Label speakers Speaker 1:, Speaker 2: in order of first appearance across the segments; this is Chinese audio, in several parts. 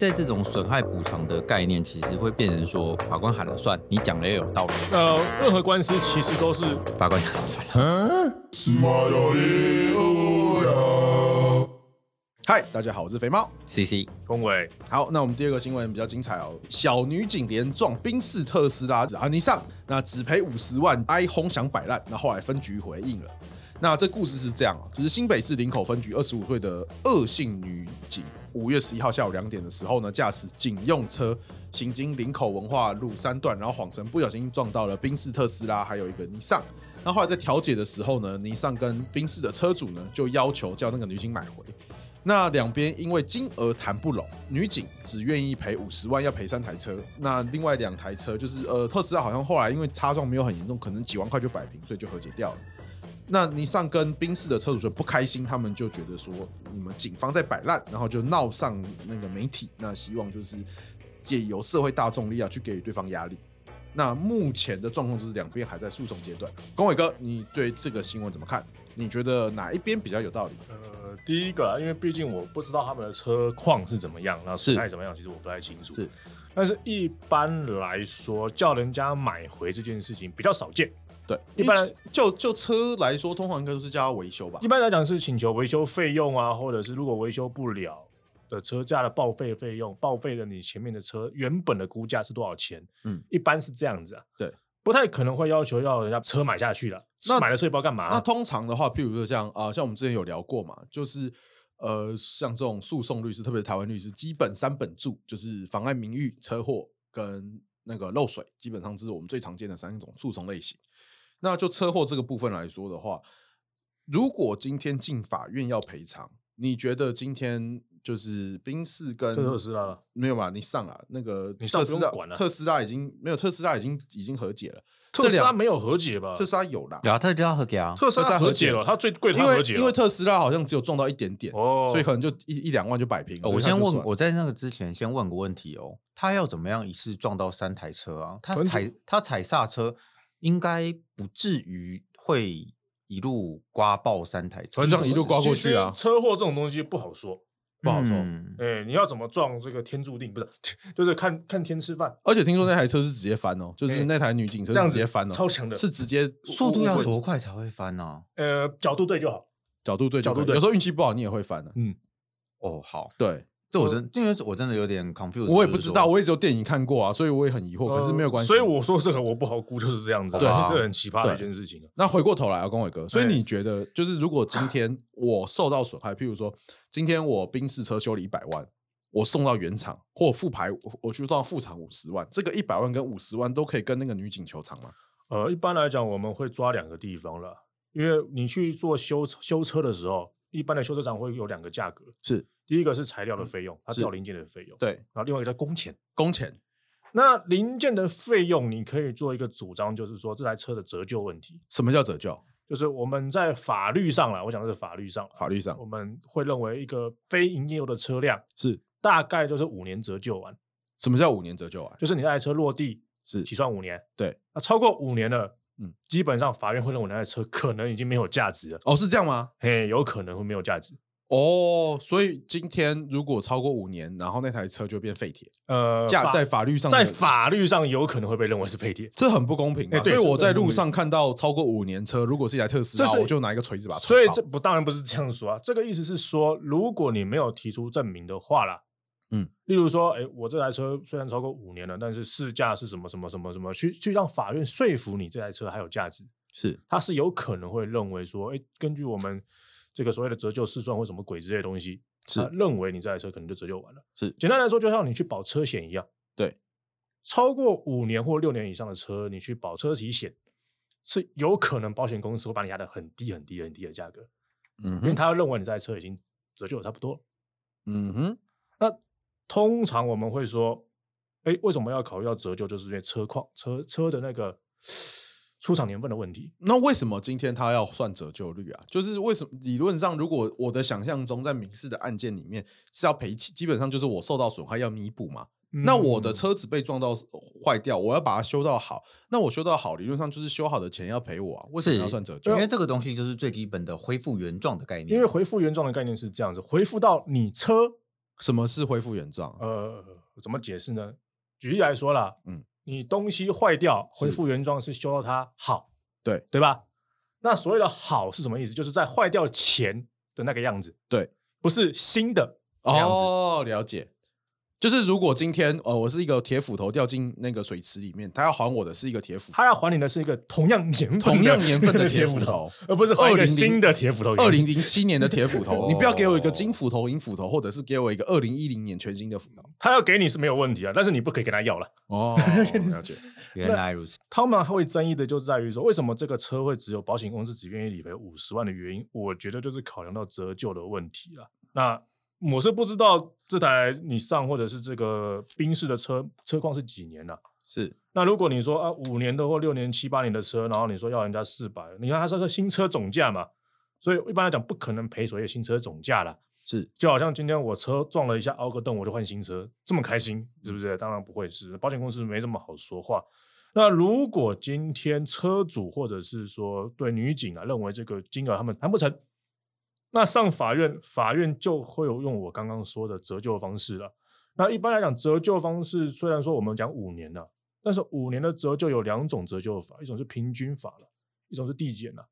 Speaker 1: 在这种损害补偿的概念，其实会变成说，法官喊了算，你讲的也有道理，
Speaker 2: 呃，任何官司其实都是
Speaker 1: 法官喊了算了。
Speaker 3: 嗨，大家好，我是肥猫。
Speaker 1: C C，
Speaker 2: 恭维，
Speaker 3: 好，那我们第二个新闻比较精彩哦，小女警连撞宾士特斯拉啊，尼桑，那只赔五十万，挨哄想摆烂，那后来分局回应了。那这故事是这样哦，就是新北市林口分局二十五岁的恶性女警，五月十一号下午两点的时候呢，驾驶警用车行经林口文化路三段，然后晃神不小心撞到了宾士特斯拉，还有一个尼桑。那后来在调解的时候呢，尼桑跟宾士的车主呢就要求叫那个女警买回。那两边因为金额谈不拢，女警只愿意赔五十万，要赔三台车。那另外两台车就是呃，特斯拉好像后来因为擦撞没有很严重，可能几万块就摆平，所以就和解掉了。那尼桑跟宾士的车主就不开心，他们就觉得说你们警方在摆烂，然后就闹上那个媒体。那希望就是借由社会大众力啊，去给予对方压力。那目前的状况就是两边还在诉讼阶段。龚伟哥，你对这个新闻怎么看？你觉得哪一边比较有道理？
Speaker 2: 呃，第一个啊，因为毕竟我不知道他们的车况是怎么样，那损害怎么样，其实我不太清楚。
Speaker 3: 是，
Speaker 2: 但是一般来说，叫人家买回这件事情比较少见。
Speaker 3: 对，
Speaker 2: 一
Speaker 3: 因为
Speaker 2: 般
Speaker 3: 就就车来说，通常应该都是叫他维修吧
Speaker 2: 一。般来讲是请求维修费用啊，或者是如果维修不了的车价的报废费用，报废的你前面的车原本的估价是多少钱？
Speaker 3: 嗯，
Speaker 2: 一般是这样子啊。
Speaker 3: 对，
Speaker 2: 不太可能会要求要人家车买下去了，
Speaker 3: 那
Speaker 2: 买了车也不知道干嘛、啊
Speaker 3: 那通常的话，譬如说像啊、呃像我们之前有聊过嘛，就是呃，像这种诉讼律师，特别是台湾律师，基本三本柱就是妨碍名誉、车祸跟那个漏水，基本上这是我们最常见的三种诉讼类型。那就车祸这个部分来说的话，如果今天进法院要赔偿，你觉得今天就是宾士跟
Speaker 2: 特斯拉了
Speaker 3: 没有吧？你上啊，那个
Speaker 2: 你上不
Speaker 3: 特斯
Speaker 2: 用
Speaker 3: 拉
Speaker 2: 管啊
Speaker 3: 特斯拉已经没有，特斯拉已经已经和解了，
Speaker 2: 特斯
Speaker 3: 这
Speaker 2: 拉
Speaker 3: 两
Speaker 2: 没有和解吧？
Speaker 3: 特斯拉有啦，
Speaker 1: 亚特就要和解啊，
Speaker 2: 特斯
Speaker 3: 特斯拉
Speaker 2: 拉
Speaker 3: 和
Speaker 2: 和
Speaker 3: 解
Speaker 2: 解了，它最贵的
Speaker 3: 因
Speaker 2: 它
Speaker 3: 为
Speaker 2: 和解了，
Speaker 3: 因为特斯拉好像只有撞到一点点，
Speaker 2: 哦，
Speaker 3: 所以可能就一一两万就摆平。
Speaker 1: 哦
Speaker 3: 所
Speaker 1: 我
Speaker 3: 以他
Speaker 1: 先
Speaker 3: 就
Speaker 1: 问，
Speaker 3: 算
Speaker 1: 我在那个之前先问个问题哦，他要怎么样一次撞到三台车啊？他
Speaker 2: 可能就
Speaker 1: 踩他踩刹车，应该不至于会一路刮爆三台车，
Speaker 3: 就这样一路刮过
Speaker 2: 其实
Speaker 3: 去啊
Speaker 2: 车祸这种东西不好说，
Speaker 3: 不好说。
Speaker 1: 嗯
Speaker 2: 哎、你要怎么撞这个天注定，不是， 就是看看天吃饭。
Speaker 3: 而且听说那台车是直接翻哦，就是
Speaker 2: 哎
Speaker 3: 那台女警车
Speaker 2: 这样
Speaker 3: 是
Speaker 2: 子
Speaker 3: 直接翻哦，
Speaker 2: 超强的
Speaker 3: 是直接
Speaker 1: 速度
Speaker 3: 我
Speaker 1: 要
Speaker 3: 我
Speaker 1: 多快才会翻啊呢、
Speaker 2: 呃，角度对就好。
Speaker 3: 角度对就
Speaker 2: 角度
Speaker 3: 可以
Speaker 2: 对
Speaker 3: 有时候运气不好你也会翻的。啊
Speaker 1: 哦，好，
Speaker 3: 对，
Speaker 1: 这我真，因为我真的有点 confused，
Speaker 3: 我也
Speaker 1: 就
Speaker 3: 不
Speaker 1: 是
Speaker 3: 知
Speaker 1: 说
Speaker 3: 道，我也只有电影看过啊，所以我也很疑惑。可是没有关系，
Speaker 2: 呃哦所以我说这个我不好估就是这样子啊，
Speaker 1: 对啊
Speaker 2: 这很奇葩
Speaker 3: 对
Speaker 2: 的一件事情啊。
Speaker 3: 那回过头来啊，龚伟哥，所以
Speaker 2: 哎
Speaker 3: 你觉得，就是如果今天我受到损害，譬如说今天我宾士车修了一百万，我送到原厂或复牌，我我去到复厂五十万，这个一百万跟五十万都可以跟那个女警求偿吗？
Speaker 2: 呃，一般来讲我们会抓两个地方了，因为你去做修修车的时候，一般的修车厂会有两个价格，
Speaker 3: 是
Speaker 2: 第一个是材料的费用，它
Speaker 3: 嗯是
Speaker 2: 掉零件的费用，
Speaker 3: 对，
Speaker 2: 然后另外一个叫工钱。
Speaker 3: 工钱
Speaker 2: 那零件的费用，你可以做一个主张，就是说这台车的折旧问题，
Speaker 3: 什么叫折旧？
Speaker 2: 就是我们在法律上啦，我讲的是法律上，
Speaker 3: 法律上
Speaker 2: 我们会认为一个非营业用的车辆
Speaker 3: 是
Speaker 2: 大概就是五年折旧完，
Speaker 3: 什么叫五年折旧啊？
Speaker 2: 就是你那台车落地
Speaker 3: 是
Speaker 2: 起算五年，
Speaker 3: 对，
Speaker 2: 那超过五年了，
Speaker 3: 嗯
Speaker 2: 嗯，基本上法院会认为那台车可能已经没有价值了，
Speaker 3: 哦，是这样吗？
Speaker 2: 嘿，有可能会没有价值，
Speaker 3: 哦，所以今天如果超过五年，然后那台车就变废铁，
Speaker 2: 呃，
Speaker 3: 价
Speaker 2: 法
Speaker 3: 在法律上
Speaker 2: 在
Speaker 3: 的
Speaker 2: 法律上有可能会被认为是废铁，
Speaker 3: 这很不公平
Speaker 2: 哎
Speaker 3: 吧、所
Speaker 2: 对
Speaker 3: 以我
Speaker 2: 这
Speaker 3: 在
Speaker 2: 很不
Speaker 3: 路
Speaker 2: 公平
Speaker 3: 上看到超过五年车，如果是一台特斯拉，
Speaker 2: 这是
Speaker 3: 我就拿一个锤子把它
Speaker 2: 所
Speaker 3: 锤
Speaker 2: 以
Speaker 3: 爆。
Speaker 2: 这不当然不是这样说啊，这个意思是说，如果你没有提出证明的话啦，
Speaker 3: 嗯，
Speaker 2: 例如说，哎，我这台车虽然超过五年了，但是市价是什么什么什么什么，去去让法院说服你这台车还有价值，
Speaker 3: 是
Speaker 2: 他是有可能会认为说，哎，根据我们这个所谓的折旧试算或什么鬼之类的东西，
Speaker 3: 是
Speaker 2: 他认为你这台车可能就折旧完了。
Speaker 3: 是
Speaker 2: 简单来说，就像你去保车险一样，
Speaker 3: 对，
Speaker 2: 超过五年或六年以上的车，你去保车体险。是有可能保险公司会把你压得很低很低很低的价格，
Speaker 3: 嗯
Speaker 2: 因为
Speaker 3: 哼，
Speaker 2: 他认为你这台车已经折旧得差不多了。
Speaker 3: 嗯哼，
Speaker 2: 那通常我们会说，哎，为什么要考虑到折旧？就是因为车况、车车的那个出厂年份的问题。
Speaker 3: 那为什么今天他要算折旧率啊？就是为什么理论上，如果我的想象中，在民事的案件里面是要赔起，基本上就是我受到损害要弥补嘛。那我的
Speaker 2: 嗯
Speaker 3: 车子被撞到坏掉，我要把它修到好，那我修到好，理论上就是修好的钱要赔我啊。为什么
Speaker 1: 是
Speaker 3: 要算折旧
Speaker 1: 因？为这个东西就是最基本的恢复原状的概念，
Speaker 2: 因为回复原状的概念是这样子，回复到你车
Speaker 3: 什么是恢复原状？啊
Speaker 2: 呃，怎么解释呢？举例来说啦，
Speaker 3: 嗯
Speaker 2: 嗯，你东西坏掉，恢
Speaker 3: 是
Speaker 2: 复原状是修到它好，
Speaker 3: 对
Speaker 2: 对吧？那所谓的好是什么意思？就是在坏掉前的那个样子，
Speaker 3: 对，
Speaker 2: 不是新的那样子。
Speaker 3: 哦，了解。就是如果今天呃，我是一个铁斧头掉进那个水池里面，他要还我的是一个铁斧，
Speaker 2: 他要还你的是一个同样年份的
Speaker 3: 同样年份的
Speaker 2: 铁
Speaker 3: 铁 斧头，
Speaker 2: 而不是换一个
Speaker 3: 2000
Speaker 2: 新的铁斧头。
Speaker 3: 二零零七年的铁斧头，
Speaker 1: 哦
Speaker 3: 你不要给我一个金斧头、银斧头，或者是给我一个二零一零年全新的斧头。
Speaker 2: 他要给你是没有问题啊，但是你不可以跟他要了。
Speaker 3: 哦，了解。
Speaker 1: 原来如此，
Speaker 2: 他们会争议的就在于说，为什么这个车会只有保险公司只愿意理赔五十万的原因，我觉得就是考量到折旧的问题了。那我是不知道这台你上或者是这个宾士的车车况是几年了、
Speaker 3: 是
Speaker 2: 那如果你说啊五年的或六年、七八年的车，然后你说要人家四百，你看它是说新车总价嘛，所以一般来讲不可能赔所谓新车总价啦。
Speaker 3: 是，
Speaker 2: 就好像今天我车撞了一下凹个洞，我就换新车，这么开心是不是？当然不会是，保险公司没这么好说话。那如果今天车主或者是说对女警啊认为这个金额他们谈不成，那上法院，法院就会有用我刚刚说的折旧方式了。那一般来讲，折旧方式虽然说我们讲五年了、但是五年的折旧有两种折旧法，一种是平均法了，一种是递减了。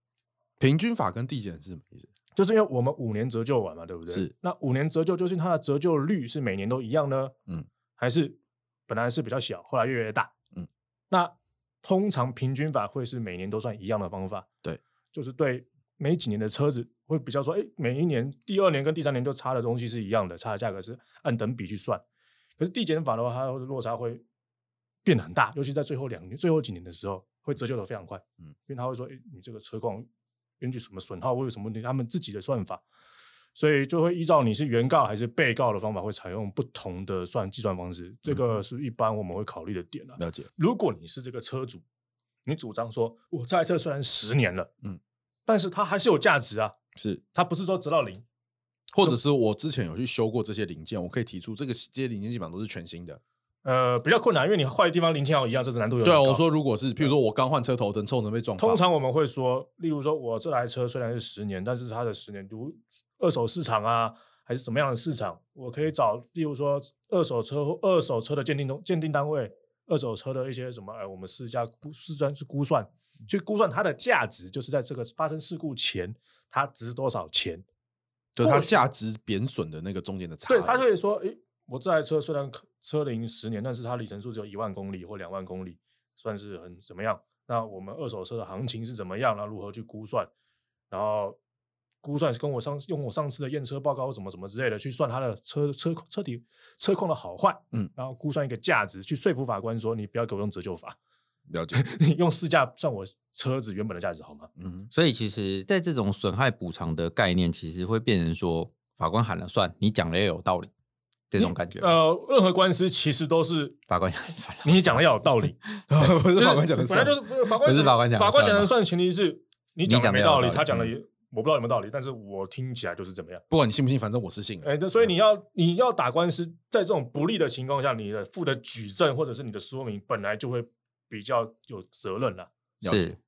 Speaker 3: 平均法跟递减是什么意思？
Speaker 2: 就是因为我们五年折旧完嘛，对不对？
Speaker 3: 是。
Speaker 2: 那五年折旧究竟它的折旧率是每年都一样呢？
Speaker 3: 嗯，
Speaker 2: 还是本来是比较小，后来越来越大？
Speaker 3: 嗯。
Speaker 2: 那通常平均法会是每年都算一样的方法。
Speaker 3: 对，
Speaker 2: 就是对每几年的车子会比较说，哎，每一年第二年跟第三年就差的东西是一样的，差的价格是按等比去算。可是递减法的话，它的落差会变得很大，尤其在最后两年、最后几年的时候，会折旧的非常快。
Speaker 3: 嗯
Speaker 2: 嗯，因为他会说，哎，你这个车况根据什么损耗，会有什么问题，他们自己的算法，所以就会依照你是原告还是被告的方法，会采用不同的算计算方式。
Speaker 3: 嗯
Speaker 2: 这个是一般我们会考虑的点了、啊
Speaker 3: 了解。
Speaker 2: 如果你是这个车主，你主张说，我这台车虽然十年了，
Speaker 3: 嗯
Speaker 2: 嗯，但是它还是有价值啊，
Speaker 3: 是，
Speaker 2: 它不是说折到零。
Speaker 3: 或者是我之前有去修过这些零件，我可以提出这个这些零件基本上都是全新的。
Speaker 2: 呃，比较困难，因为你坏的地方零件要一样，这个难度有
Speaker 3: 对
Speaker 2: 点
Speaker 3: 啊，
Speaker 2: 高。
Speaker 3: 我说如果是，譬如说我刚换车头灯，凑能被撞爆，
Speaker 2: 通常我们会说，例如说我这台车虽然是十年，但是它的十年，如二手市场啊，还是怎么样的市场，我可以找，例如说二手车、二手车的鉴定中鉴定单位，二手车的一些什么，哎，我们试一下估试算是估算，去估算它的价值，就是在这个发生事故前，它值多少钱。
Speaker 3: 就是它
Speaker 2: 或许
Speaker 3: 价值贬损的那个中间的差异。
Speaker 2: 对，他可以说，诶，我这台车虽然可车龄十年，但是它里程数只有一万公里或两万公里，算是很怎么样？那我们二手车的行情是怎么样？那如何去估算？然后估算跟我上用我上次的验车报告或什么什么之类的去算它的车车车体车况的好坏，
Speaker 3: 嗯，
Speaker 2: 然后估算一个价值，去说服法官说你不要给我用折旧法，
Speaker 3: 了解。
Speaker 2: 你用市价算我车子原本的价值好吗？
Speaker 3: 嗯，
Speaker 1: 所以其实，在这种损害补偿的概念，其实会变成说，法官喊了算，你讲的也有道理，这种感觉。
Speaker 2: 呃，任何官司其实都是
Speaker 1: 法官 讲得算了，
Speaker 2: 你讲的要有道理，
Speaker 3: 不是
Speaker 2: 就是
Speaker 3: 法官讲 的
Speaker 2: 本来就是不是法官
Speaker 1: 不是
Speaker 2: 讲
Speaker 1: 法官讲的
Speaker 2: 法官
Speaker 1: 算
Speaker 2: 讲的
Speaker 1: 吗
Speaker 2: 算，前提是你
Speaker 1: 你
Speaker 2: 讲的
Speaker 1: 讲的
Speaker 2: 没
Speaker 1: 有
Speaker 2: 道理，
Speaker 1: 道理
Speaker 2: 他讲的
Speaker 1: 嗯
Speaker 2: 也我不知道有没有道理，但是我听起来就是怎么样。
Speaker 3: 不管你信不信，反正我是信了。
Speaker 2: 哎，那所以你要你要打官司，在这种不利的情况下，你的负的举证或者是你的说明本来就会比较有责任了。
Speaker 3: 了
Speaker 1: 是
Speaker 3: 解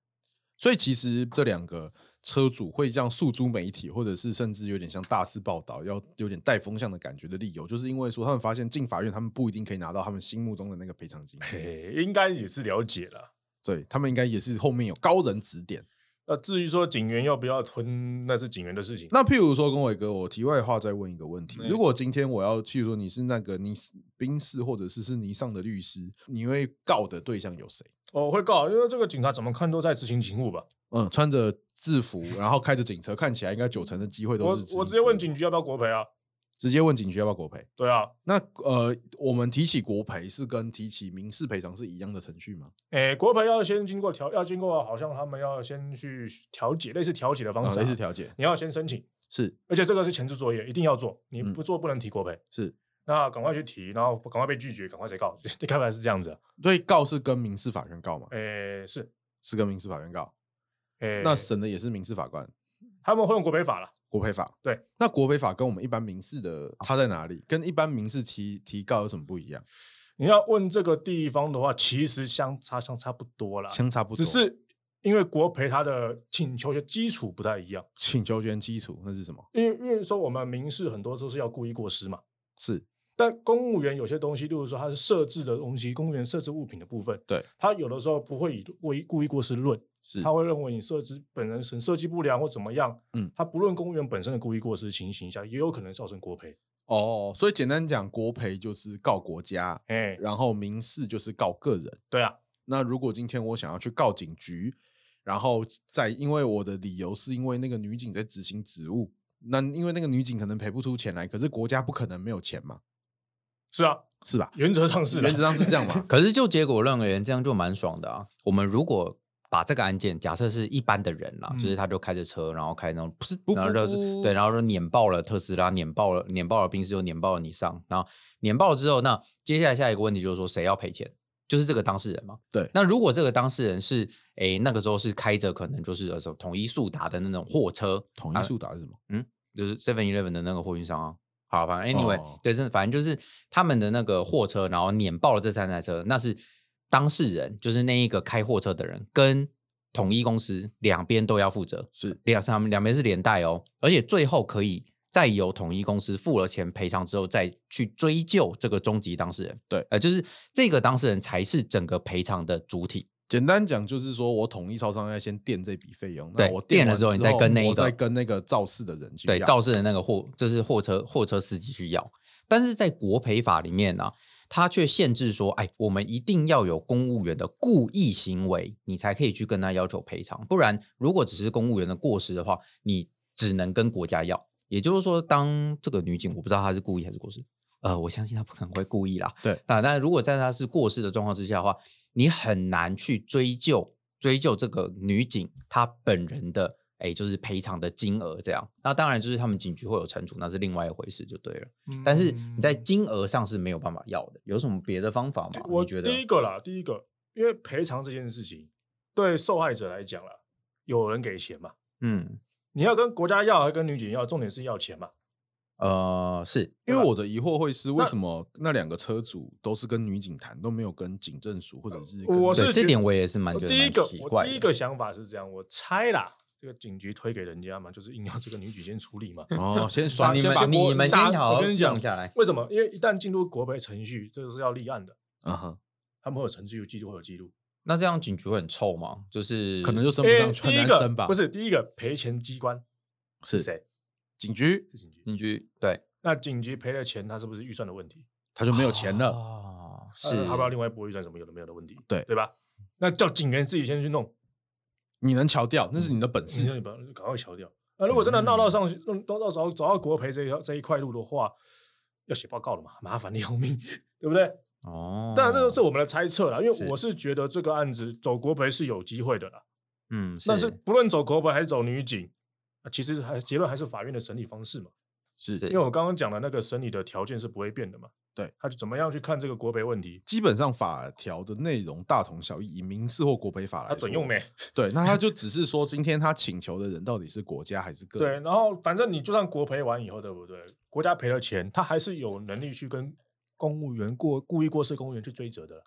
Speaker 3: 所以其实这两个车主会这样诉诸媒体，或者是甚至有点像大肆报道，要有点带风向的感觉的理由，就是因为说他们发现进法院，他们不一定可以拿到他们心目中的那个赔偿金，
Speaker 2: 嘿，应该也是了解了。
Speaker 3: 对他们应该也是后面有高人指点。
Speaker 2: 那至于说警员要不要吞，那是警员的事情。
Speaker 3: 那譬如说，跟伟哥，我题外话再问一个问题：
Speaker 1: 嗯
Speaker 3: 如果今天我要去说你是那个尼斯宾士或者是是尼桑的律师，你会告的对象有谁？
Speaker 2: 我会告，因为这个警察怎么看都在执行警务吧。
Speaker 3: 嗯，穿着制服，然后开着警车，看起来应该九成的机会
Speaker 2: 我
Speaker 3: 都是
Speaker 2: 我直接问
Speaker 3: 警，
Speaker 2: 警局要不要国赔啊？
Speaker 3: 直接问警局要不要国赔。
Speaker 2: 对啊，
Speaker 3: 那呃，我们提起国赔是跟提起民事赔偿是一样的程序吗？
Speaker 2: 诶、国赔要先经过调，要经过好像他们要先去调解，类似调解的方
Speaker 3: 啊，
Speaker 2: 式、
Speaker 3: 类似，调解
Speaker 2: 你要先申请，
Speaker 3: 是
Speaker 2: 而且这个是前置作业，一定要做，你
Speaker 3: 嗯
Speaker 2: 不做不能提国赔。
Speaker 3: 是，
Speaker 2: 那赶快去提，然后赶快被拒绝，赶快再告。 一开始是这样子啊，
Speaker 3: 所以告是跟民事法院告嘛，
Speaker 2: 诶、是，
Speaker 3: 是跟民事法院告，
Speaker 2: 诶、
Speaker 3: 那审的也是民事法官
Speaker 2: 他们会用国赔法了。
Speaker 3: 国赔法。
Speaker 2: 对，
Speaker 3: 那国赔法跟我们一般民事的差在哪里？跟一般民事提提告有什么不一样？
Speaker 2: 你要问这个地方的话，其实相差相差不多啦，
Speaker 3: 相差不
Speaker 2: 只
Speaker 3: 多，
Speaker 2: 是因为国赔它的请求的基础不太一样，
Speaker 3: 请求权基础那是什么？
Speaker 2: 因为因为说我们民事很多都是要故意过失嘛，
Speaker 3: 是
Speaker 2: 但公务员有些东西，例如说它是设置的东西，公务员设置物品的部分，
Speaker 3: 对，
Speaker 2: 他有的时候不会以故意故意过失论，
Speaker 3: 是，
Speaker 2: 他会认为你设置本人审设计不良或怎么样，
Speaker 3: 嗯，
Speaker 2: 他不论公务员本身的故意过失情形下，也有可能造成国赔，
Speaker 3: 哦，所以简单讲，国赔就是告国家，
Speaker 2: 哎，
Speaker 3: 然后民事就是告个人。
Speaker 2: 对啊，
Speaker 3: 那如果今天我想要去告警局，然后再因为我的理由是因为那个女警在执行职务，那因为那个女警可能赔不出钱来，可是国家不可能没有钱嘛，
Speaker 2: 是啊，
Speaker 3: 是吧？
Speaker 2: 原则上是啊
Speaker 3: 原则上是这样
Speaker 1: 。
Speaker 3: 嘛
Speaker 1: 可是就结果论而言，这样就蛮爽的啊。我们如果把这个案件假设是一般的人啦，
Speaker 2: 嗯
Speaker 1: 就是他就开着车，然后开那种噗
Speaker 3: 噗
Speaker 1: 然后就是
Speaker 3: 噗
Speaker 1: 对，然后就碾爆了特斯拉，碾爆了碾爆了宾士，又碾爆了尼桑，然后碾爆了之后，那接下来下一个问题就是说谁要赔钱？就是这个当事人嘛。
Speaker 3: 对
Speaker 1: 那如果这个当事人是诶那个时候是开着可能就是呃什么统一速达的那种货车，啊
Speaker 3: 统一速达是什么？
Speaker 1: 就是 Seven Eleven 的那个货运商啊。好，反正 anyway，、
Speaker 3: 哦
Speaker 1: 对，是反正就是他们的那个货车，然后碾爆了这三台车，那是当事人，就是那一个开货车的人跟统一公司两边都要负责，
Speaker 3: 是
Speaker 1: 两他们两边是连带哦，而且最后可以再由统一公司付了钱赔偿之后，再去追究这个终极当事人，
Speaker 3: 对
Speaker 1: 呃，就是这个当事人才是整个赔偿的主体，
Speaker 3: 简单讲就是说我统一超商要先垫这笔费用，那
Speaker 1: 对
Speaker 3: 我
Speaker 1: 垫了
Speaker 3: 完
Speaker 1: 之
Speaker 3: 之
Speaker 1: 后你再跟那
Speaker 3: 我
Speaker 1: 一个
Speaker 3: 再跟那个肇事的人去
Speaker 1: 对，
Speaker 3: 要
Speaker 1: 肇事的那个货就是货车货车司机去要，但是在国赔法里面呢、它却限制说，哎，我们一定要有公务员的故意行为，你才可以去跟他要求赔偿，不然如果只是公务员的过失的话，你只能跟国家要。也就是说，当这个女警，我不知道她是故意还是过失，呃，我相信她不可能会故意啦。
Speaker 3: 对
Speaker 1: 啊，但如果在她是过失的状况之下的话，你很难去追究追究这个女警她本人的，哎，就是赔偿的金额这样。那当然就是他们警局会有惩处，那是另外一回事就对了。但是你在
Speaker 2: 嗯
Speaker 1: 金额上是没有办法要的，有什么别的方法吗？
Speaker 2: 我
Speaker 1: 你觉得？
Speaker 2: 第一个啦，第一个，因为赔偿这件事情对受害者来讲啦，有人给钱嘛，
Speaker 1: 嗯，
Speaker 2: 你要跟国家要，还跟女警要，重点是要钱嘛，
Speaker 1: 呃，是
Speaker 3: 因为我的疑惑会是，为
Speaker 2: 那
Speaker 3: 什么那两个车主都是跟女警谈，都没有跟警政署或者是跟
Speaker 2: 我
Speaker 1: 对
Speaker 2: 是
Speaker 1: 这
Speaker 2: 觉
Speaker 1: 点我也是蛮
Speaker 2: 我
Speaker 1: 觉得
Speaker 2: 第一
Speaker 1: 蛮
Speaker 2: 个
Speaker 1: 奇
Speaker 2: 我
Speaker 1: 怪
Speaker 2: 第一
Speaker 1: 的。
Speaker 2: 个想法是这样，我猜啦，这个警局推给人家嘛，就是硬要这个女警先处理嘛。
Speaker 3: 哦，先刷
Speaker 1: 你
Speaker 3: 先
Speaker 1: 们
Speaker 3: 把
Speaker 1: 你
Speaker 3: 锅
Speaker 1: 们
Speaker 2: 大
Speaker 1: 先好
Speaker 2: 我
Speaker 1: 好
Speaker 2: 跟你讲
Speaker 1: 弄下来。
Speaker 2: 为什么？因为一旦进入国赔程序，这个是要立案的，
Speaker 3: 嗯哼，
Speaker 2: 他们会有程序记录，会有记录。
Speaker 1: 那这样警局会很臭吗？就是
Speaker 3: 可能就升不
Speaker 2: 因
Speaker 3: 上
Speaker 2: 为
Speaker 3: 去，很
Speaker 2: 第一
Speaker 3: 难
Speaker 2: 个
Speaker 3: 升吧？
Speaker 2: 不是第一个赔钱机关是
Speaker 3: 是
Speaker 2: 谁？
Speaker 3: 警局，
Speaker 2: 是警局。
Speaker 1: 警局对
Speaker 2: 那警局赔了钱，他是不是预算的问题？
Speaker 3: 他就没有钱了。
Speaker 1: 哦，是
Speaker 2: 呃他不知道另外拨预算什么有的没有的问题，
Speaker 3: 对
Speaker 2: 对吧？那叫警员自己先去弄，
Speaker 3: 你能瞧掉，那是你的本
Speaker 2: 你
Speaker 3: 事。
Speaker 2: 你把赶快敲掉。那如果真的闹到上去，弄到到时候走到国赔这一条这一块路的话，要写报告了嘛，麻烦的要命，对不对？
Speaker 1: 哦，
Speaker 2: 当然，这个是我们的猜测啦，因
Speaker 1: 是
Speaker 2: 为我是觉得这个案子走国赔是有机会的啦。
Speaker 1: 嗯，
Speaker 2: 但是不论走国赔还是走女警，啊其实还结论还是法院的审理方式嘛。
Speaker 3: 是
Speaker 1: 是
Speaker 2: 因为我刚刚讲的那个审理的条件是不会变的嘛。
Speaker 3: 对，
Speaker 2: 他就怎么样去看这个国赔问题，
Speaker 3: 基本上法条的内容大同小异，以民事或国赔法来
Speaker 2: 他
Speaker 3: 说，
Speaker 2: 准用没？
Speaker 3: 对，那 他就只是说，今天他请求的人到底是国家还是个
Speaker 2: 对，
Speaker 3: 人？
Speaker 2: 然后反正你就算国赔完以后，对不对？国家赔了钱，他还是有能力去跟公务员过故意过失公务员去追责的啦。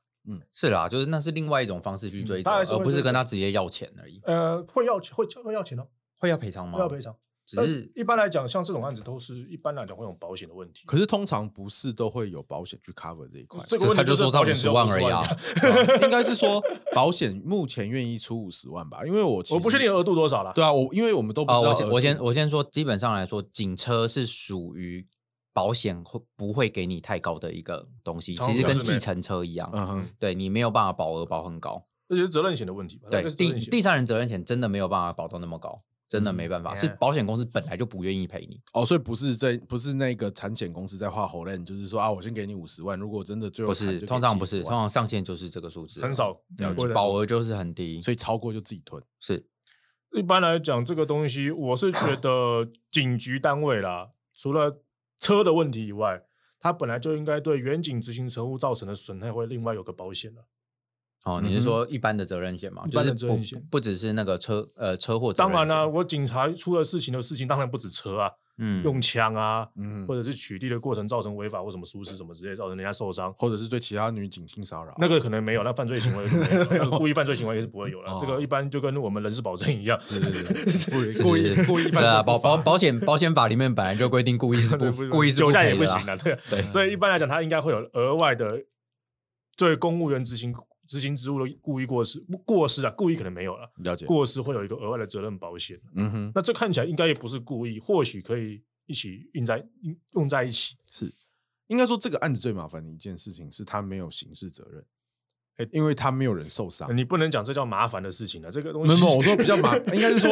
Speaker 1: 是啦，就是那是另外一种方式去追
Speaker 2: 嗯
Speaker 1: 责，
Speaker 2: 他还是
Speaker 1: 而
Speaker 2: 会
Speaker 1: 不是
Speaker 2: 追
Speaker 1: 跟
Speaker 2: 责
Speaker 1: 他直接要钱而已。
Speaker 2: 呃，会要钱，会会要钱哦，
Speaker 1: 会要赔偿吗？
Speaker 2: 会要赔，偿。
Speaker 1: 嗯只
Speaker 2: 但
Speaker 1: 是
Speaker 2: 一般来讲，像这种案子都是一般来讲会有保险的问题。
Speaker 3: 可是通常不是都会有保险去 cover 这一块，
Speaker 2: 这个
Speaker 1: 这
Speaker 2: 问
Speaker 1: 他
Speaker 2: 题
Speaker 1: 就说
Speaker 2: 保
Speaker 1: 到
Speaker 2: 险
Speaker 1: 50
Speaker 2: 只有
Speaker 1: 万
Speaker 2: 50
Speaker 1: 而已啊
Speaker 2: 万
Speaker 3: 应该是说保险目前愿意出五十万吧？因为我其 实
Speaker 2: 我不确定额度多少啦。
Speaker 3: 对啊，我因为我们都不
Speaker 1: 啊、
Speaker 3: 知道
Speaker 1: 我
Speaker 3: 额
Speaker 1: 先
Speaker 3: 度。
Speaker 1: 我先我先说，基本上来说，警车是属于保险会不会给你太高的一个东西，
Speaker 2: 常
Speaker 1: 其实
Speaker 2: 常
Speaker 1: 跟
Speaker 2: 是没
Speaker 1: 计
Speaker 2: 有
Speaker 1: 程车一样，
Speaker 3: 嗯哼，
Speaker 1: 对你没有办法保额保很高。
Speaker 2: 这就是责任险的问题吧？
Speaker 1: 对
Speaker 2: 那，是责
Speaker 1: 第
Speaker 2: 任险
Speaker 1: 第三人责任险真的没有办法保到那么高，真的没办法，
Speaker 2: 嗯
Speaker 1: 是
Speaker 2: yeah
Speaker 1: 保险公司本来就不愿意赔你。
Speaker 3: 哦，所以不是在不是那个产险公司在画红人，就是说啊，我先给你五十万，如果真的最后
Speaker 1: 不
Speaker 3: 惨
Speaker 1: 是，
Speaker 3: 就给
Speaker 1: 通常不是，
Speaker 3: 70
Speaker 1: 通
Speaker 3: 万
Speaker 1: 常上限就是这个数字了，
Speaker 2: 啊很少
Speaker 1: 嗯，
Speaker 2: 会的
Speaker 1: 保额就是很低，
Speaker 3: 所以超过就自己吞。
Speaker 1: 是
Speaker 2: 一般来讲，这个东西我是觉得警局单位啦，除了车的问题以外，它本来就应该对远景执行责务造成的损害会另外有个保险的。
Speaker 1: 哦，你
Speaker 3: 嗯
Speaker 1: 是
Speaker 3: 哼
Speaker 1: 说一般的责任险嘛？
Speaker 2: 一
Speaker 1: 就
Speaker 2: 般
Speaker 1: 是
Speaker 2: 的
Speaker 1: 不
Speaker 2: 责任险
Speaker 1: 不不只是那个车呃车祸责任
Speaker 2: 当
Speaker 1: 险。
Speaker 2: 然啦、我警察出了事情的事情，当然不止车啊，
Speaker 1: 嗯
Speaker 2: 用枪啊，
Speaker 3: 嗯
Speaker 2: 或，者是取缔的过程造成违法或什么疏失什么之类，造成人家受伤，
Speaker 3: 或者是对其他女警性骚扰，
Speaker 2: 那个可能没有，那犯罪行为可能没有那个故意犯罪行为也是不会有了。
Speaker 1: 哦
Speaker 2: 这个一般就跟我们人事保证一样，
Speaker 3: 是是故意
Speaker 1: 是
Speaker 3: 故
Speaker 1: 是
Speaker 3: 意
Speaker 1: 是
Speaker 3: 故意犯
Speaker 1: 对啊，
Speaker 3: 罪
Speaker 1: 保
Speaker 3: 不法
Speaker 1: 保保险保险法里面本来就规定故意是 不故意是
Speaker 2: 酒驾
Speaker 1: 赔
Speaker 2: 也不
Speaker 1: 的
Speaker 3: 啊
Speaker 1: 啊
Speaker 2: 行
Speaker 1: 啦
Speaker 2: 的，对。
Speaker 1: 对，
Speaker 2: 所以一般来讲，他应该会有额外的对公务员执行执行职务的故意过失过失啊，故意可能没有了，
Speaker 3: 了解，
Speaker 2: 过失会有一个额外的责任保险。
Speaker 3: 嗯哼，
Speaker 2: 那这看起来应该也不是故意，或许可以一起用在用在一起。
Speaker 3: 应该说这个案子最麻烦的一件事情是他没有刑事责任，
Speaker 2: 哎
Speaker 3: 因为他没有人受伤。
Speaker 2: 你不能讲这叫麻烦的事情了，啊这个东
Speaker 3: 啊没
Speaker 2: 西
Speaker 3: 有，没有 我说比较麻，应该是说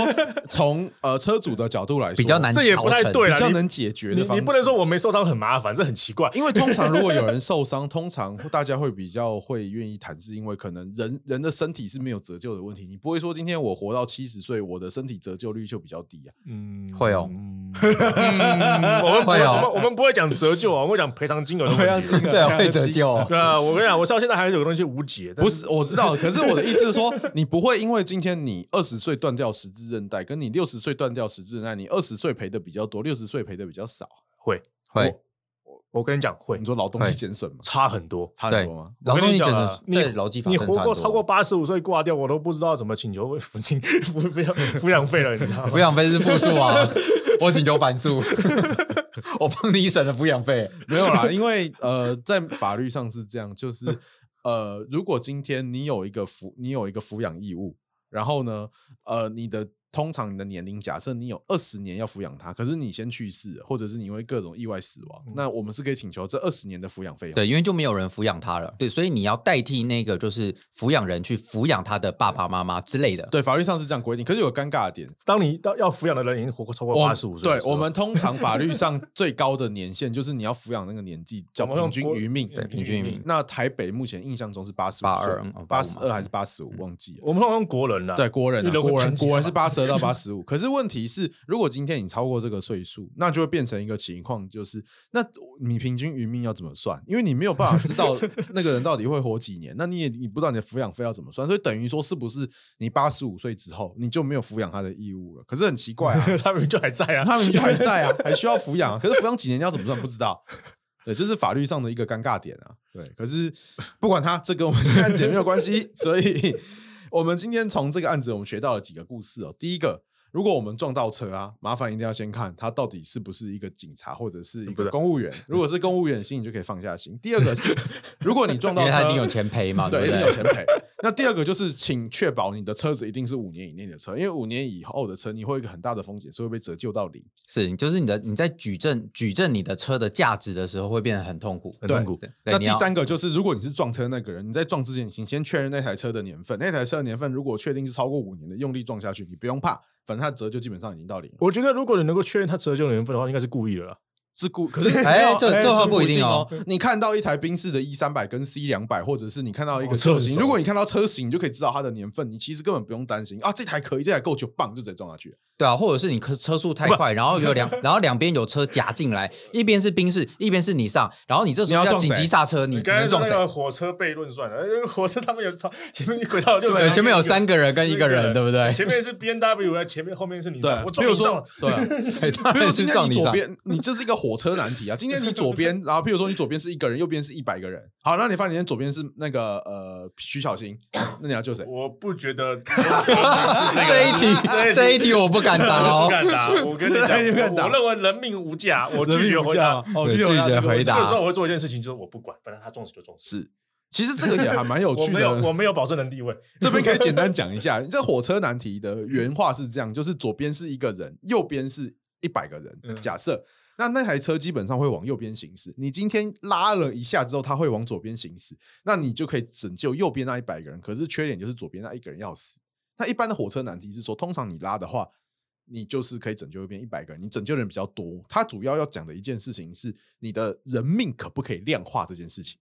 Speaker 3: 从呃车主的角度来说
Speaker 1: 比较难，
Speaker 2: 这也不太对
Speaker 3: 比
Speaker 2: 啦
Speaker 3: 较
Speaker 2: 你
Speaker 3: 能解决
Speaker 2: 你
Speaker 3: 的方
Speaker 2: 你
Speaker 3: 式。
Speaker 2: 不能说我没受伤很麻烦，这很奇怪。
Speaker 3: 因为通常如果有人受伤，通常大家会比较会愿意谈，是因为可能人人的身体是没有折旧的问题。你不会说今天我活到七十岁，我的身体折旧率就比较低啊。
Speaker 2: 嗯，
Speaker 1: 会哦
Speaker 2: 嗯 我们不
Speaker 1: 会哦
Speaker 2: 我们我们不会讲折旧啊，我们会讲赔偿金额的
Speaker 3: 赔偿
Speaker 2: 问
Speaker 3: 金
Speaker 2: 题。
Speaker 3: 额
Speaker 1: 对 啊，会折旧哦。
Speaker 2: 对啊，我跟你讲，我到现在还有个东西无解，但
Speaker 3: 不是，我知道，可是我的意思是说，你不会因为今天你二十岁断掉十字韧带，跟你六十岁断掉十字韧带，你二十岁赔的比较多，六十岁赔的比较少。
Speaker 2: 会。
Speaker 1: 会
Speaker 2: 我跟你讲，会
Speaker 3: 你说劳动
Speaker 1: 哎
Speaker 3: 力减损嘛，
Speaker 2: 差很多。
Speaker 3: 差很
Speaker 1: 对
Speaker 3: 多吗？，
Speaker 1: 劳
Speaker 2: 我跟
Speaker 1: 动
Speaker 2: 你
Speaker 1: 力
Speaker 2: 讲
Speaker 1: 整
Speaker 2: 啊
Speaker 1: 的
Speaker 2: 你
Speaker 1: 在劳基法
Speaker 2: 你
Speaker 1: 审
Speaker 2: 活
Speaker 1: 查
Speaker 2: 过
Speaker 1: 很
Speaker 2: 超
Speaker 1: 多
Speaker 2: 过八十五岁挂掉，我都不知道怎么请求抚金 抚抚养抚养费了，你知道
Speaker 1: 抚
Speaker 2: 吗？
Speaker 1: 养费是负数啊， 我请求反数， 我帮你省了抚养费。
Speaker 3: 没有啦，因为呃，在法律上是这样，就是呃，如果今天你有一个抚，你有一个抚养义务，然后呢，呃，你的通常你的年龄，假设你有二十年要抚养他，可是你先去世了，或者是你因为各种意外死亡，那我们是可以请求这二十年的抚养费用。
Speaker 1: 对，因为就没有人抚养他了，对，所以你要代替那个就是抚养人去抚养他的爸爸妈妈之类的。
Speaker 3: 对，法律上是这样规定，可是有个尴尬的点，
Speaker 2: 当你到要抚养的人已经活过超过
Speaker 3: 我
Speaker 2: 八十五岁的
Speaker 3: 哦对
Speaker 2: 时候，
Speaker 3: 我们通常法律上最高的年限就是你要抚养那个年纪叫
Speaker 2: 我们用
Speaker 3: 平均
Speaker 2: 国
Speaker 3: 余命。
Speaker 1: 对平均余命
Speaker 3: 那台北目前印象中是八十五
Speaker 1: 82
Speaker 3: 岁
Speaker 1: 嗯哦，
Speaker 3: 八
Speaker 1: 85
Speaker 3: 十
Speaker 1: 嘛
Speaker 3: 二还是八十五，忘记了。
Speaker 2: 我们通常用国人啦，
Speaker 3: 对，国人、啊，
Speaker 2: 一人会
Speaker 3: 国人，
Speaker 2: 看起来
Speaker 3: 国人
Speaker 2: 吧
Speaker 3: 是八十二到八十五。可是问题是，如果今天你超过这个岁数，那就会变成一个情况，就是那你平均余命要怎么算？因为你没有办法知道那个人到底会活几年， 那你也你不知道你的抚养费要怎么算，所以等于说是不是你八十五岁之后你就没有抚养他的义务了？可是很奇怪啊，
Speaker 2: 他们就还在啊。
Speaker 3: 他们就还在啊，还需要抚养啊，可是抚养几年要怎么算不知道。对，这是法律上的一个尴尬点啊。对，可是不管他，这跟我们这个案子也没有关系。 所以，我们今天从这个案子，我们学到了几个故事哦。第一个，如果我们撞到车啊，麻烦一定要先看他到底是不是一个警察或者是一
Speaker 2: 不
Speaker 3: 个
Speaker 2: 是
Speaker 3: 公务员。如果是公务员，心里就可以放下心。第二 个是，如果你撞
Speaker 1: 因
Speaker 3: 到
Speaker 1: 为他
Speaker 3: 车，
Speaker 1: 一定有钱赔 嘛，
Speaker 3: 对，
Speaker 1: 对
Speaker 3: 一
Speaker 1: 不
Speaker 3: 定有
Speaker 1: 对？
Speaker 3: 钱赔。那第二个就是，请确保你的车子一定是五年以内的车，因为五年以后的车，你会有一个很大的风险是会被折旧到零。
Speaker 1: 是，就是你的你在举证举证你的车的价值的时候，会变得很痛苦，
Speaker 2: 很痛苦
Speaker 1: 对，对
Speaker 3: 那
Speaker 1: 你
Speaker 3: 第
Speaker 1: 要
Speaker 3: 三个就是，如果你是撞车那个人，你在撞之前，请先确认那台车的年份。那台车的年份如果确定是超过五年的，用力撞下去，你不用怕，反正它折旧基本上已经到零 了。
Speaker 2: 我觉得如果你能够确认他折旧年份的话，应该是故意的啦。
Speaker 3: 是故可是
Speaker 1: 哎
Speaker 3: 没有
Speaker 1: 这这话不一定
Speaker 3: 哦
Speaker 1: 哦。
Speaker 3: 你看到一台宾士的 E 三百跟 C 两百，或者是你看到一个
Speaker 2: 哦
Speaker 3: 车
Speaker 2: 这很
Speaker 3: 型，
Speaker 2: 熟
Speaker 3: 如果你看到车型，你就可以知道它的年份，你其实根本不用担心啊，这台可以，这台够就棒，就直接撞下去了。
Speaker 1: 对啊，或者是你车车速太快，然后有两然后两边有车夹进来，一边是宾士，一边是你上，然后你这时候
Speaker 3: 你要
Speaker 1: 要
Speaker 3: 撞谁
Speaker 1: 紧急刹车，你只能撞谁？
Speaker 2: 火车悖论算了， 那个火车他们有前面轨道有六
Speaker 1: 对，前面有三个人跟一个人，对不对？
Speaker 2: 面是 B N W，前啊面后面是你
Speaker 3: 对，比如说，对啊，
Speaker 1: 对， 当
Speaker 3: 比如
Speaker 1: 然是
Speaker 3: 说今
Speaker 1: 撞
Speaker 3: 天你
Speaker 1: 你
Speaker 3: 左
Speaker 1: 上。
Speaker 3: 边，你这是一个火车难题啊。今天你左 边，然后譬如说你左边是一个人，右边是一百个人。好，那你发现你左边是那个呃徐小新，那你要救谁？
Speaker 2: 我不觉 得
Speaker 1: 这一题， 这一题我不敢答
Speaker 2: 我
Speaker 1: 哦
Speaker 2: 不。敢答，我跟你
Speaker 3: 你不
Speaker 2: 讲，
Speaker 3: 敢
Speaker 2: 我
Speaker 3: 答
Speaker 2: 我认为人命无价，我拒绝回答。
Speaker 3: 哦，
Speaker 1: 对
Speaker 3: 拒绝
Speaker 1: 拒绝
Speaker 3: 回
Speaker 1: 回
Speaker 3: 答。
Speaker 1: 答
Speaker 2: 这个时候我会做一件事情，就是我不管，反正他撞死就撞死。
Speaker 3: 是，其实这个也还蛮有
Speaker 2: 我
Speaker 3: 趣
Speaker 2: 没有，我
Speaker 3: 的。
Speaker 2: 没有保证人地位。
Speaker 3: 这边可以简单讲一下， 这火车难题的原话是这样：就是左边是一个人，右边是一百个人。
Speaker 2: 嗯
Speaker 3: 假设那那台车基本上会往右边行驶，你今天拉了一下之后，它会往左边行驶，那你就可以拯救右边那一百个人。可是缺点就是左边那一个人要死。那一般的火车难题是说，通常你拉的话，你就是可以拯救右边一百个人，你拯救人比较多。它主要要讲的一件事情是，你的人命可不可以量化这件事情。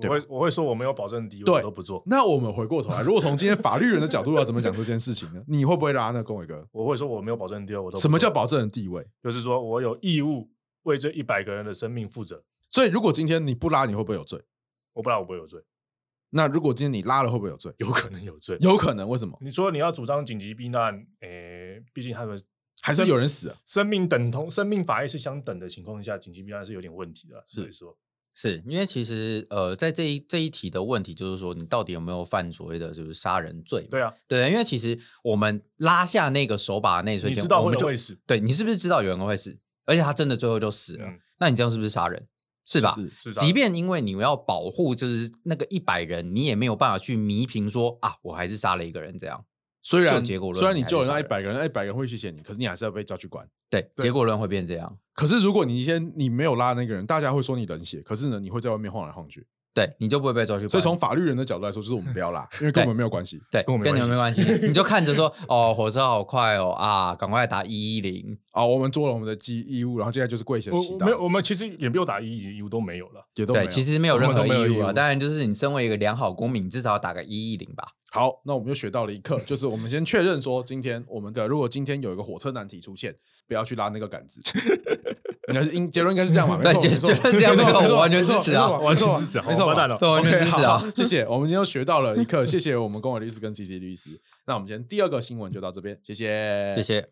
Speaker 2: 我会我会说我没有保证地位，
Speaker 3: 对
Speaker 2: 我都不做。
Speaker 3: 那我们回过头来，如果从今天法律人的角度要怎么讲这件事情呢？你会不会拉呢？跟我一个，
Speaker 2: 我会说我没有保证地位，我都不
Speaker 3: 什么
Speaker 2: 做
Speaker 3: 叫？保证人地位？
Speaker 2: 就是说我有义务为这一百个人的生命负责。
Speaker 3: 所以如果今天你不拉，你会不会有罪？
Speaker 2: 我不然我不会有罪，
Speaker 3: 那如果今天你拉了，会不会有罪？
Speaker 2: 有可能有罪。
Speaker 3: 有可能，为什么？
Speaker 2: 你说你要主张紧急避难，诶，毕竟他们
Speaker 3: 还是有人死啊？
Speaker 2: 生命等同生命法益是相等的情况下，紧急避难是有点问题的。所以说，
Speaker 1: 是因为其实呃，在这一这一题的问题就是说，你到底有没有犯所谓的就是杀人罪嘛？
Speaker 2: 对啊，
Speaker 1: 对，因为其实我们拉下那个手把那一瞬
Speaker 2: 你
Speaker 1: 间，
Speaker 2: 知道
Speaker 1: 我
Speaker 2: 会
Speaker 1: 们
Speaker 2: 不
Speaker 1: 就
Speaker 2: 会死？
Speaker 1: 对你是不是知道有人会死？而且他真的最后就死了，
Speaker 2: 嗯
Speaker 1: 那你这样是不是杀人？是吧？
Speaker 2: 是
Speaker 1: 即便因为你要保护就是那个一百人，你也没有办法去弥平说啊，我还是杀了一个人这样。
Speaker 3: 虽然
Speaker 1: 就结果论
Speaker 3: 虽然你救了
Speaker 1: 还
Speaker 3: 那
Speaker 1: 是
Speaker 3: 一
Speaker 1: 杀
Speaker 3: 百个人，那一百个人会谢谢你，可是你还是要被抓去关。
Speaker 1: 对，
Speaker 2: 对
Speaker 1: 结果论会变这样。
Speaker 3: 可是如果你先你没有拉那个人，大家会说你冷血，可是呢，你会在外面晃来晃去。
Speaker 1: 对，你就不会被抓去关。
Speaker 3: 所以从法律人的角度来说，就是我们不 要拉，因为跟我们没有关系。
Speaker 1: 对
Speaker 2: 跟我没
Speaker 1: 跟你
Speaker 2: 关
Speaker 1: 们没关系，你就看着说哦，火车好快哦啊，赶快打一一零。
Speaker 3: 啊，我们做了我们的义义务，然后接下来就是跪下
Speaker 2: 我
Speaker 3: 祈
Speaker 2: 我没有，
Speaker 3: 祷，
Speaker 2: 我们其实也没有打一一五都没有了。
Speaker 3: 也都没
Speaker 1: 对，
Speaker 3: 有。
Speaker 1: 其实没有
Speaker 2: 我们
Speaker 1: 任何
Speaker 2: 都没有
Speaker 1: 义
Speaker 2: 义
Speaker 1: 务啊。
Speaker 2: 务
Speaker 1: 当然，就是你身为一个良好公民，你至少要打个一一零吧。
Speaker 3: 好，那我们就学到了一课，就是我们先确认说，今天我们的如果今天有一个火车难题出现，不要去拉那个杆子。应该是应结论应该是这样吧？没
Speaker 1: 对结
Speaker 3: 错没
Speaker 1: 结
Speaker 3: 错
Speaker 1: 论是这样
Speaker 3: 没错
Speaker 1: 这个我
Speaker 3: 没错
Speaker 1: 完全
Speaker 3: 没错
Speaker 1: 支持啊
Speaker 3: 没错
Speaker 2: 完全
Speaker 3: 没错
Speaker 2: 支持好
Speaker 3: 没错吧
Speaker 2: 完蛋了
Speaker 1: 对，完全
Speaker 3: OK，
Speaker 1: 支持啊
Speaker 3: 好。谢谢。我们今天又学到了一课，谢谢我们龚伟律师跟 C C 律师。那我们今天第二个新闻就到这边，谢谢，
Speaker 1: 谢。谢。